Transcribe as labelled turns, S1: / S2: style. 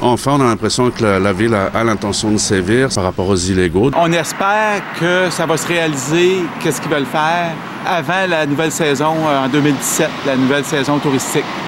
S1: Enfin, on a l'impression que la, la ville a, a l'intention de sévir par rapport aux illégaux.
S2: On espère que ça va se réaliser, qu'est-ce qu'ils veulent faire avant la nouvelle saison euh, en 2017, la nouvelle saison touristique.